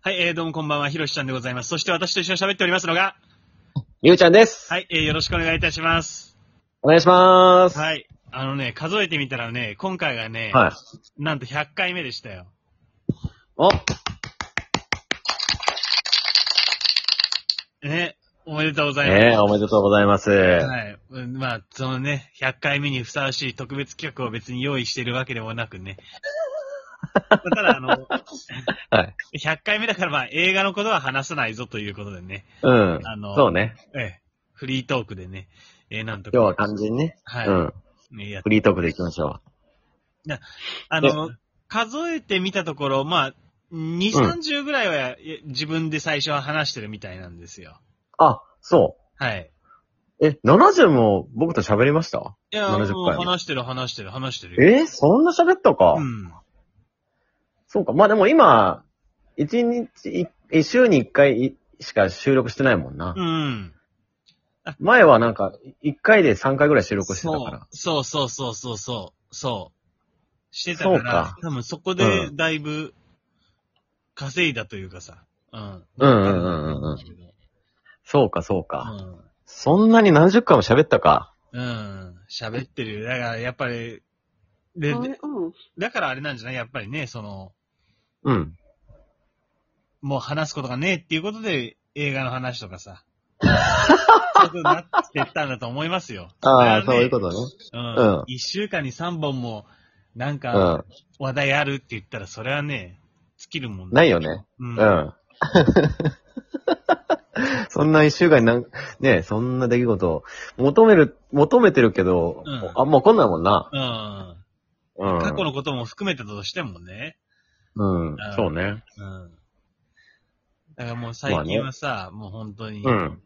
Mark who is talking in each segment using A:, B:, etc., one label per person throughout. A: はい、えー、どうもこんばんは、ひろしちゃんでございます。そして私と一緒に喋っておりますのが、
B: ゆうちゃんです。
A: はい、えー、よろしくお願いいたします。
B: お願いします。い。
A: はい。あのね、数えてみたらね、今回がね、
B: はい。
A: なんと100回目でしたよ。
B: お、
A: ね、おめでとうございます。
B: ねえ、おめでとうございます。
A: はい。うんまあ、そのね、100回目にふさわしい特別企画を別に用意してるわけでもなくね。まあただ、あの、
B: はい。
A: 100回目だからまあ、映画のことは話さないぞということでね、
B: うん。
A: あの
B: そうね。
A: ええ、フリートークでね、えー、なんとか、
B: 今日は肝心ね。
A: はい、
B: うん。
A: ねやっ
B: フリートークでいきましょ
A: あの、数えてみたところ、まあ、2、
B: うん
A: 30ぐらいはや自分で最初は話してるみたいなんですよ。
B: う。あ、そ
A: はい。
B: う。え、70も僕と喋りました
A: いや、
B: 70
A: もう
B: 回も
A: 話してる話してる話してるよ。
B: えそんな喋ったか、
A: うん。
B: そうか。まあでも今、1日、1週に1回しか収録してないもんな。
A: うん。
B: 前はなんか、1回で3回ぐらい収録してたから。
A: そうそうそうそうそう。そう。してたか
B: そう
A: ら
B: か、
A: 多分そこで
B: う
A: だいぶ稼いだというかさ。うん。
B: うんうんうんうんうんそうか、そうか、
A: うん。
B: そんなに何十回も喋ったか。
A: うん。喋ってるよ。だからやっぱり、で、でだからあれなんじゃないやっぱりね、その、
B: うん。
A: もう話すことがねえっていうことで映画の話とか さ。そういうことになってったんだと思いますよ。
B: ああ、
A: だか
B: そう
A: らね
B: いうことね。
A: うん
B: うん。
A: 一週間に三本も、なん
B: う
A: か、
B: ん。
A: 話題あるって言ったら、それはね、尽きるもん
B: ないよね。
A: うん。
B: うん。 そんな一週間になん、ねそんな出来事を求める、求めてるけど、
A: うん
B: あんま来んないもんな。
A: うん。
B: うん。
A: 過去のことも含めてだとしてもね。
B: うん。そうね。
A: うん。だからもう最近はさ、もう本当に
B: う、ん。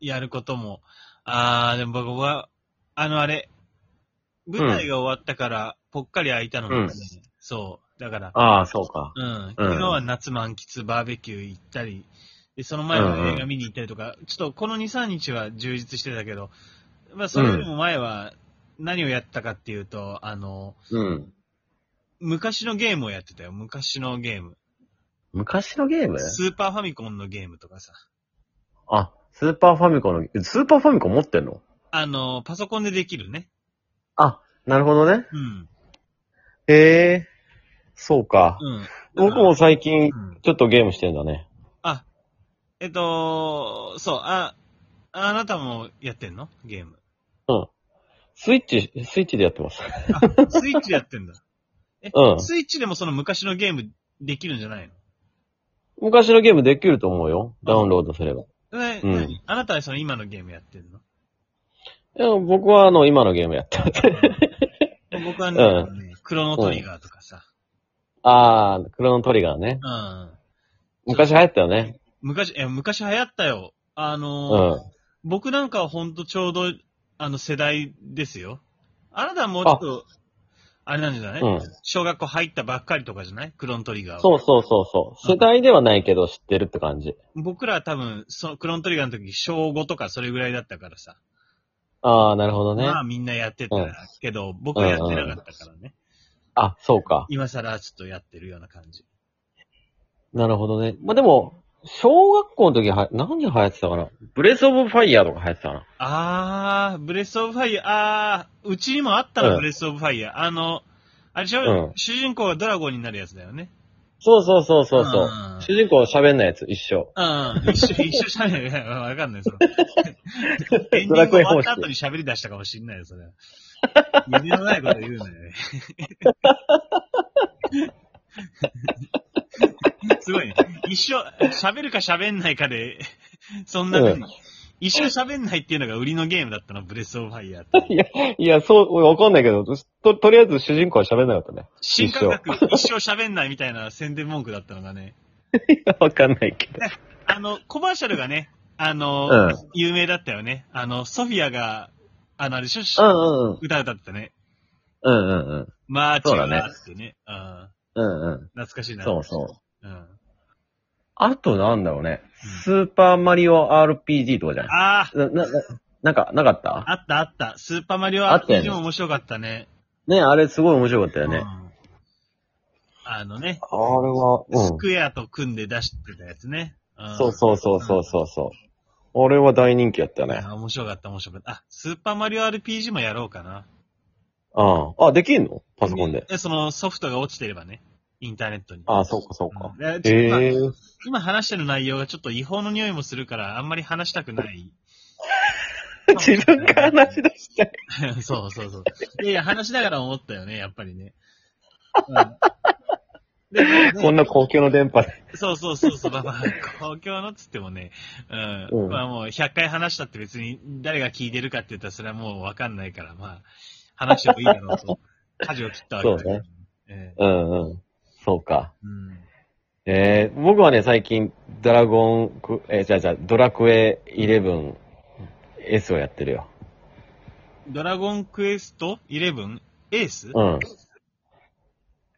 A: やることも、あー、でも僕は、あのあれ、舞台が終わったから、ぽっかり空いたのもね、
B: うん
A: そう。だから、
B: ああ、そうか。
A: うん。昨日は夏満喫、バーベキュー行ったり、で、その前の映画見に行ったりとか、ちょっとこの2、3日は充実してたけど、まあ、それよりも前は何をやったかっていうと、あの、
B: うん。
A: 昔のゲームをやってたよ、昔のゲーム。
B: 昔のゲーム
A: スーパーファミコンのゲームとかさ。
B: あ、スーパーファミコンの、スーパーファミコン持ってんの
A: あの、パソコンでできるね。
B: あ、なるほどね。
A: うん。
B: へえ。そうか。
A: うん。
B: 僕も最近
A: う、ん。
B: ちょっとゲームしてんだね。
A: あ、えっと、そう、あ、あなたもやってんのゲーム。
B: うん。スイッチ、スイッチでやってます。
A: あ、スイッチでやってんだ。え、
B: うん
A: スイッチでもその昔のゲームできるんじゃない
B: 昔のゲームできると思うよ。ダウンロードすれば。
A: のえ、
B: うん
A: 何あなたはその今のゲームやってんの
B: いや、僕はあの、今のゲームやってます。
A: 僕はね、
B: う
A: クロノトリガーとかさ。
B: あー、クロノトリガーね。
A: うん。
B: 昔流行ったよね。
A: 昔、え、昔流行ったよ。あ
B: う
A: のー
B: ん。
A: 僕なんかはほんとちょうど、あの、世代ですよ。あなたはもうちょっと、あれなんじゃない、
B: うん
A: 小学校入ったばっかりとかじゃないクロントリガーは。
B: そうそうそうそう。世代ではないけど知ってるって感じ。
A: 僕らは多分、そのクロントリガーの時、小5とかそれぐらいだったからさ。
B: あー、なるほどね
A: ま。あみんなやってた
B: うん
A: けど、僕はやってなかったからね。
B: あ、そうか。
A: 今更ちょっとやってるような感じ。
B: なるほどね。まあ、でも、小学校の時は、何流行ってたかなブレスオブファイヤーとか流行ってたかな
A: あー、ブレスオブファイヤー、あー、うちにもあったの、
B: うん
A: ブレスオブファイヤー。あの、あれでしょ、
B: うん
A: 主人公がドラゴンになるやつだよね。
B: そうそうそうそうそう
A: あー
B: 主人公喋んないやつ、一緒。
A: うん。一緒、一緒じゃないよ。わかんない、その。エンディン
B: ドラ
A: グ
B: ク
A: 終
B: エ
A: わ
B: 方式
A: った後に喋り出したかもしんないよ、それは。夢のないこと言うなよ ね。すごいね。一生、喋るか喋んないかで、そんな風に、
B: う
A: 一生喋んないっていうのが売りのゲームだったの、ブレスオブファイヤーって。
B: いや、そう、わかんないけど、と、とりあえず主人公は喋んなかったね。
A: 新感覚、一生喋んないみたいな宣伝文句だったのがね。
B: いや わかんないけど。
A: あの、コマーシャルがね、あの、
B: うん
A: 有名だったよね。あの、ソフィアが、あの、あれでしょ、
B: うんうんうん。
A: 歌歌ってたね。
B: うんうんうん。
A: まあ、違
B: そう
A: う
B: だね
A: なってね。うん。
B: うんうん。
A: 懐かしいな。
B: そうそう。
A: う。ん。
B: あとなんだろうね。スーパーマリオ RPG とかじゃない
A: ああ、
B: な、な、ななんか、なかった
A: あったあった。スーパーマリオ
B: あったよ
A: RPG
B: ね
A: も面白かったね。
B: ねあれすごい面白かったよ
A: う
B: ね
A: ん。あのね、
B: あれは、う
A: ス
B: ん。
A: クエアと組んで出してたやつね。ん
B: そうそうそうそうそうそう。あれは大人気やったね。
A: あ面白かった、面白かった。あ、スーパーマリオ RPG もやろうかな。
B: うん。あ、できんのパソコンで。
A: え、そのソフトが落ちてればね。インターネットに。
B: あ、そうかそうか。
A: うんでちょっとまあ
B: ええー。
A: 今話してる内容がちょっと違法の匂いもするから、あんまり話したくない。
B: 自分が話し出した い。
A: そうそうそう。 いやいや、話しながら思ったよね、やっぱり ね。うん、でも
B: こんな公共の電波で。
A: そうそうそうそう、まあまあ、公共のっつってもね、うん、
B: うん
A: まあもう100回話したって別に誰が聞いてるかって言ったらそれはもうわかんないから、まあ、話してもいいだろう と、舵を切ったわけだから。
B: そう
A: ええ
B: うんうん。そうか。
A: うん
B: えー、僕はね、最近、ドラゴンク、えー、じゃあじゃあドラクエ 11S をやってるよ。
A: ドラゴンクエスト 11? エース、
B: うん。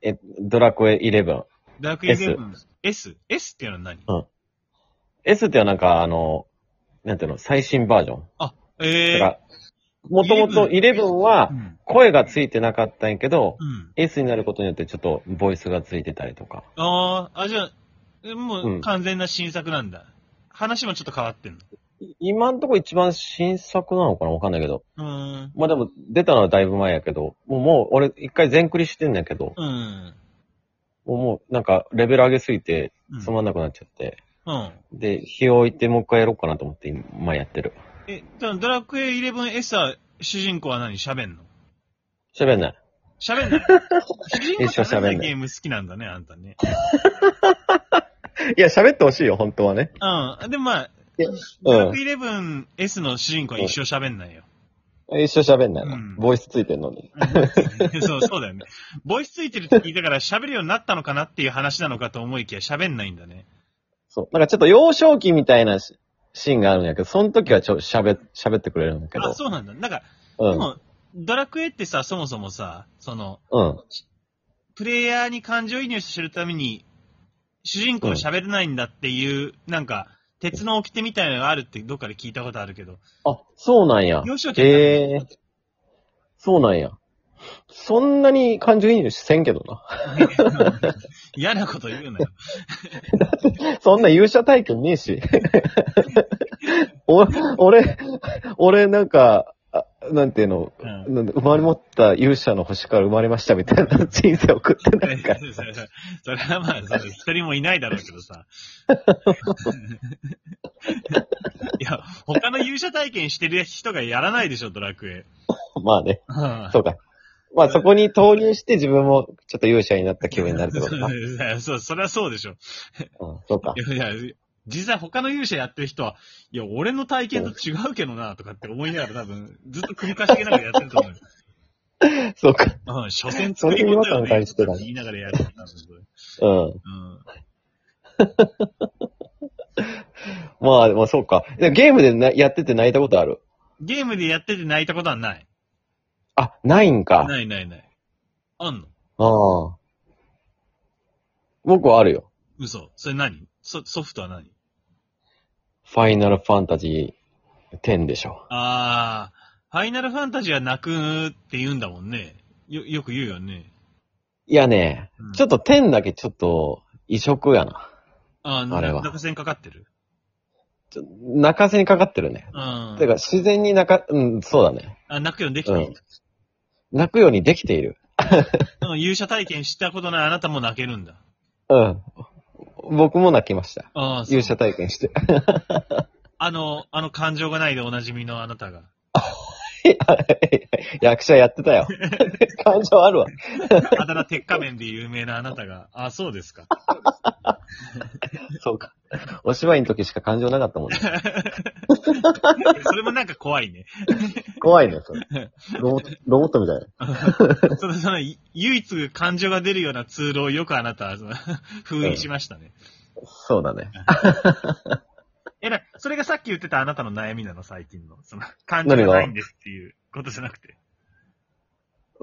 B: え、ドラクエ11。
A: ドラクエ 11? S?S っていうのは何
B: S ってはなんか、あの、なんていうの、最新バージョン。
A: あ、え
B: だ
A: え
B: から、もともと11は
A: うん。
B: 声がついてなかったんやけど、
A: うん。
B: S になることによってちょっとボイスがついてたりとか。
A: ああ、あ、じゃあ、えも
B: う
A: うん完全な新作なんだ。話もちょっと変わってんの。
B: い今んとこ一番新作なのかなわかんないけど。
A: うーん。
B: まあでも、出たのはだいぶ前やけど、もうもう俺一回全クリしてんだけど、
A: うん。
B: もうもうなんかレベル上げすぎて
A: うん。
B: つまんなくなっちゃって、
A: うん。
B: で、日を置いてもう一回やろうかなと思って今やってる。
A: え、じゃあドラクエ 11S は主人公は何喋んの
B: 喋んない。
A: 喋ん ない主人公
B: 一緒喋んない
A: ゲーム好きなんだね、あんたね。
B: いや、喋ってほしいよ、本当はね。
A: うん。でもまあ、
B: いや
A: ドラクエ 11S の主人公は一生喋んないよ。
B: 一緒喋んない
A: の
B: の、
A: うんボ
B: ボイスついてんのに。
A: そう、そうだよね。ボイスついてるって聞いたから喋るようになったのかなっていう話なのかと思いきや喋んないんだね。
B: そう。なんかちょっと幼少期みたいなしシーンがあるんやけど、その時はちょ、喋、喋ってくれるんだけど。
A: あ、そうなんだ。なんか、
B: う
A: で
B: ん。
A: も、ドラクエってさ、そもそもさ、その、
B: うん。
A: プレイヤーに感情移入するために、主人公は喋れないんだっていう、なんか、鉄の掟みたいなのがあるってどっかで聞いたことあるけ ど、
B: あ、そうなんや。
A: 幼少期
B: ええそうなんや。そんなに感情移入せんけどな。
A: 嫌なこと言うなよ。
B: そんな勇者体験ねえし。 お俺、俺なんか、あなんていうの、
A: うん
B: なんで生まれ持った勇者の星から生まれましたみたいな人生送ってないから。
A: それはまあ、その一人もいないだろうけど さ。いや、他の勇者体験してる人がやらないでしょ、ドラクエ。
B: まあね、
A: うん
B: そうか。まあそこに投入して自分もちょっと勇者になった気分になるってこ とか。
A: そう、そりゃそうでしょ。
B: うん、そうか。
A: いやいや、実際他の勇者やってる人は、いや、俺の体験と違うけどな、とかって思いながら多分、ずっと繰り返しながらやってると 思うよ。
B: そうか。
A: うん、所詮作り物だよ
B: それ違和感感
A: ね、
B: じ
A: と
B: て
A: か
B: たね
A: 言いながらやってる多分それ
B: うん。
A: うん。
B: まあ、まあそうか。でゲームでなやってて泣いたことある
A: ゲームでやってて泣いたことはない。
B: あ、ないんか。
A: ないないない。あんの
B: ああ。僕はあるよ。
A: 嘘。それ何ソソフトは何
B: ファイナルファンタジー10でしょ。
A: あー、ファイナルファンタジーは泣くって言うんだもんね。よ、よく言うよね。
B: いやね、
A: うん
B: ちょっと10だけちょっと異色やな。
A: あー、
B: あれは
A: 泣かせんかかってる。
B: ちょ泣かせにかかってるね。
A: うん。
B: てか自然に泣か、うん、そうだね。
A: あ、泣くようにできてる。
B: うん泣くようにできている。
A: うん勇者体験したことないあなたも泣けるんだ。
B: うん。僕も泣きました。
A: ああ、そう
B: 勇者体験して。
A: あの、あの感情がないでおなじみのあなた が。
B: 役者やってたよ。 感情あるわ。
A: あだ名鉄仮面で有名なあなた が。あそうですか。
B: そうか。お芝居の時しか感情なかったもんね。
A: それもなんか怖 いね。
B: 怖いね、それ。ロボロボットみたいな。
A: その、その、い唯一感情が出るようなツールをよくあなたは、 その封印しましたね。
B: そうだね。
A: えらい、それがさっき言ってたあなたの悩みなの、最近の。その、感情がないんですっていうことじゃなくて。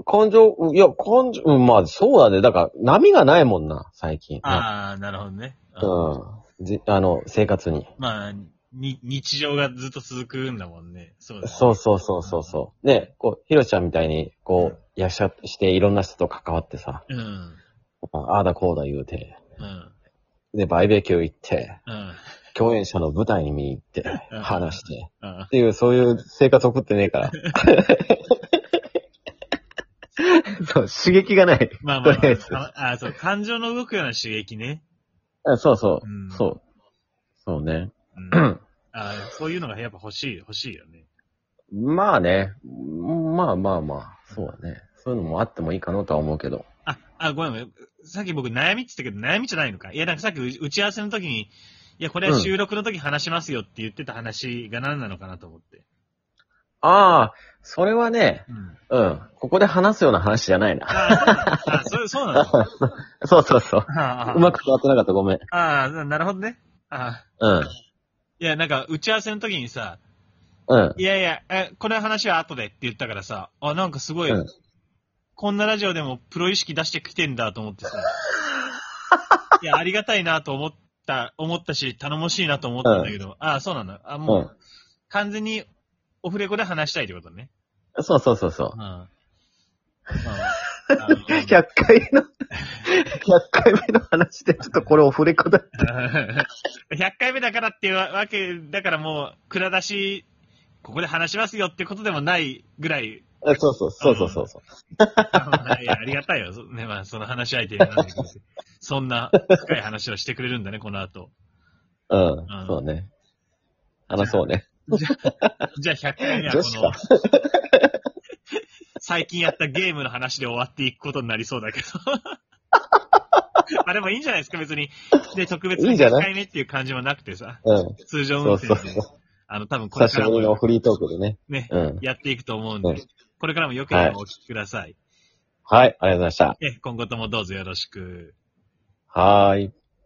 B: 感情、うんいや、感情、うん、まあ、そうだね。だから、波がないもんな、最近。
A: ああ、なるほどね。あ
B: うん。じ、あの、生活に。
A: まあ、に、日常がずっと続くんだもんね。そうだね
B: そうそうそうそうそう。ね、こう、ひろちゃんみたいに、こう、役者していろんな人と関わってさ、
A: うん。
B: ああだこうだ言うて、
A: うん。
B: で、バイベキュー行って、
A: うん。
B: 共演者の舞台に見に行って
A: うん、
B: 話して、
A: うん
B: っ。ていう、そういう生活送ってねえから。 そう、刺激がない。
A: まあまあ、
B: と
A: ま
B: りあえず
A: あ、ああ、そう、感情の動くような刺激ね。
B: あそうそうう。
A: ん
B: そう。そうね。
A: うん。ああそういうのがやっぱ欲しい、欲しいよね。
B: まあね。まあまあまあ。そうだね。そういうのもあってもいいかなとは思うけど。
A: あ、あ、ごめんごめん。さっき僕悩みって言ったけど、悩みじゃないのか。いや、なんかさっき打ち合わせの時に、いや、これは収録の時話しますよって言ってた話が何なのかなと思って。
B: ああ、それはね、
A: うん。
B: うん。ここで話すような話じゃないな。
A: ああ、そうそうなの
B: そうそうそう。
A: あ
B: うまく伝わってなかった、ごめん。
A: あ、ああ、なるほどね。ああ。
B: うん。
A: いや、なんか、打ち合わせの時にさ、
B: うん。
A: いやいや、えこの話は後でって言ったからさ、あ、なんかすごい、
B: うん
A: こんなラジオでもプロ意識出してきてんだと思ってさ、いや、ありがたいなと思った、思ったし、頼もしいなと思ったんだけど、あ、そうなのあ、もう、
B: うん
A: 完全にオフレコで話したいってことね。
B: そうそうそう そうう。
A: ん。まあ
B: 100回の、100回目の話でちょっとこれオフレコだ。
A: 100回目だからっていうわけ、だからもう、蔵出し、ここで話しますよってことでもないぐらい、
B: あそうそうそうそうそうそう。
A: あいや、ありがたいよ。そね、まあ、その話し相手になんだけどそんな深い話をしてくれるんだね、この後。
B: うん
A: うん。
B: そうね。話そうね。
A: じゃあ、じゃあ100回目はこ
B: 女子
A: の
B: か、
A: 最近やったゲームの話で終わっていくことになりそうだけど。あ、でもいいんじゃないですか、別に。で、特別
B: いい
A: に
B: んじゃ
A: 100
B: ない
A: 回目っていう感じもなくてさ、
B: うん。
A: 通常
B: そ
A: 運
B: う
A: 転
B: そ
A: で、
B: うそう。
A: あの、多分こ
B: 久
A: れか
B: し
A: ら
B: ぶりの
A: も
B: フリートークでね。
A: ね、
B: うん。
A: やっていくと思うん
B: う
A: で
B: ん、
A: これからもよければお聞きください。
B: はい、ありがとうございました。
A: え今後ともどうぞよろしく。
B: はーい。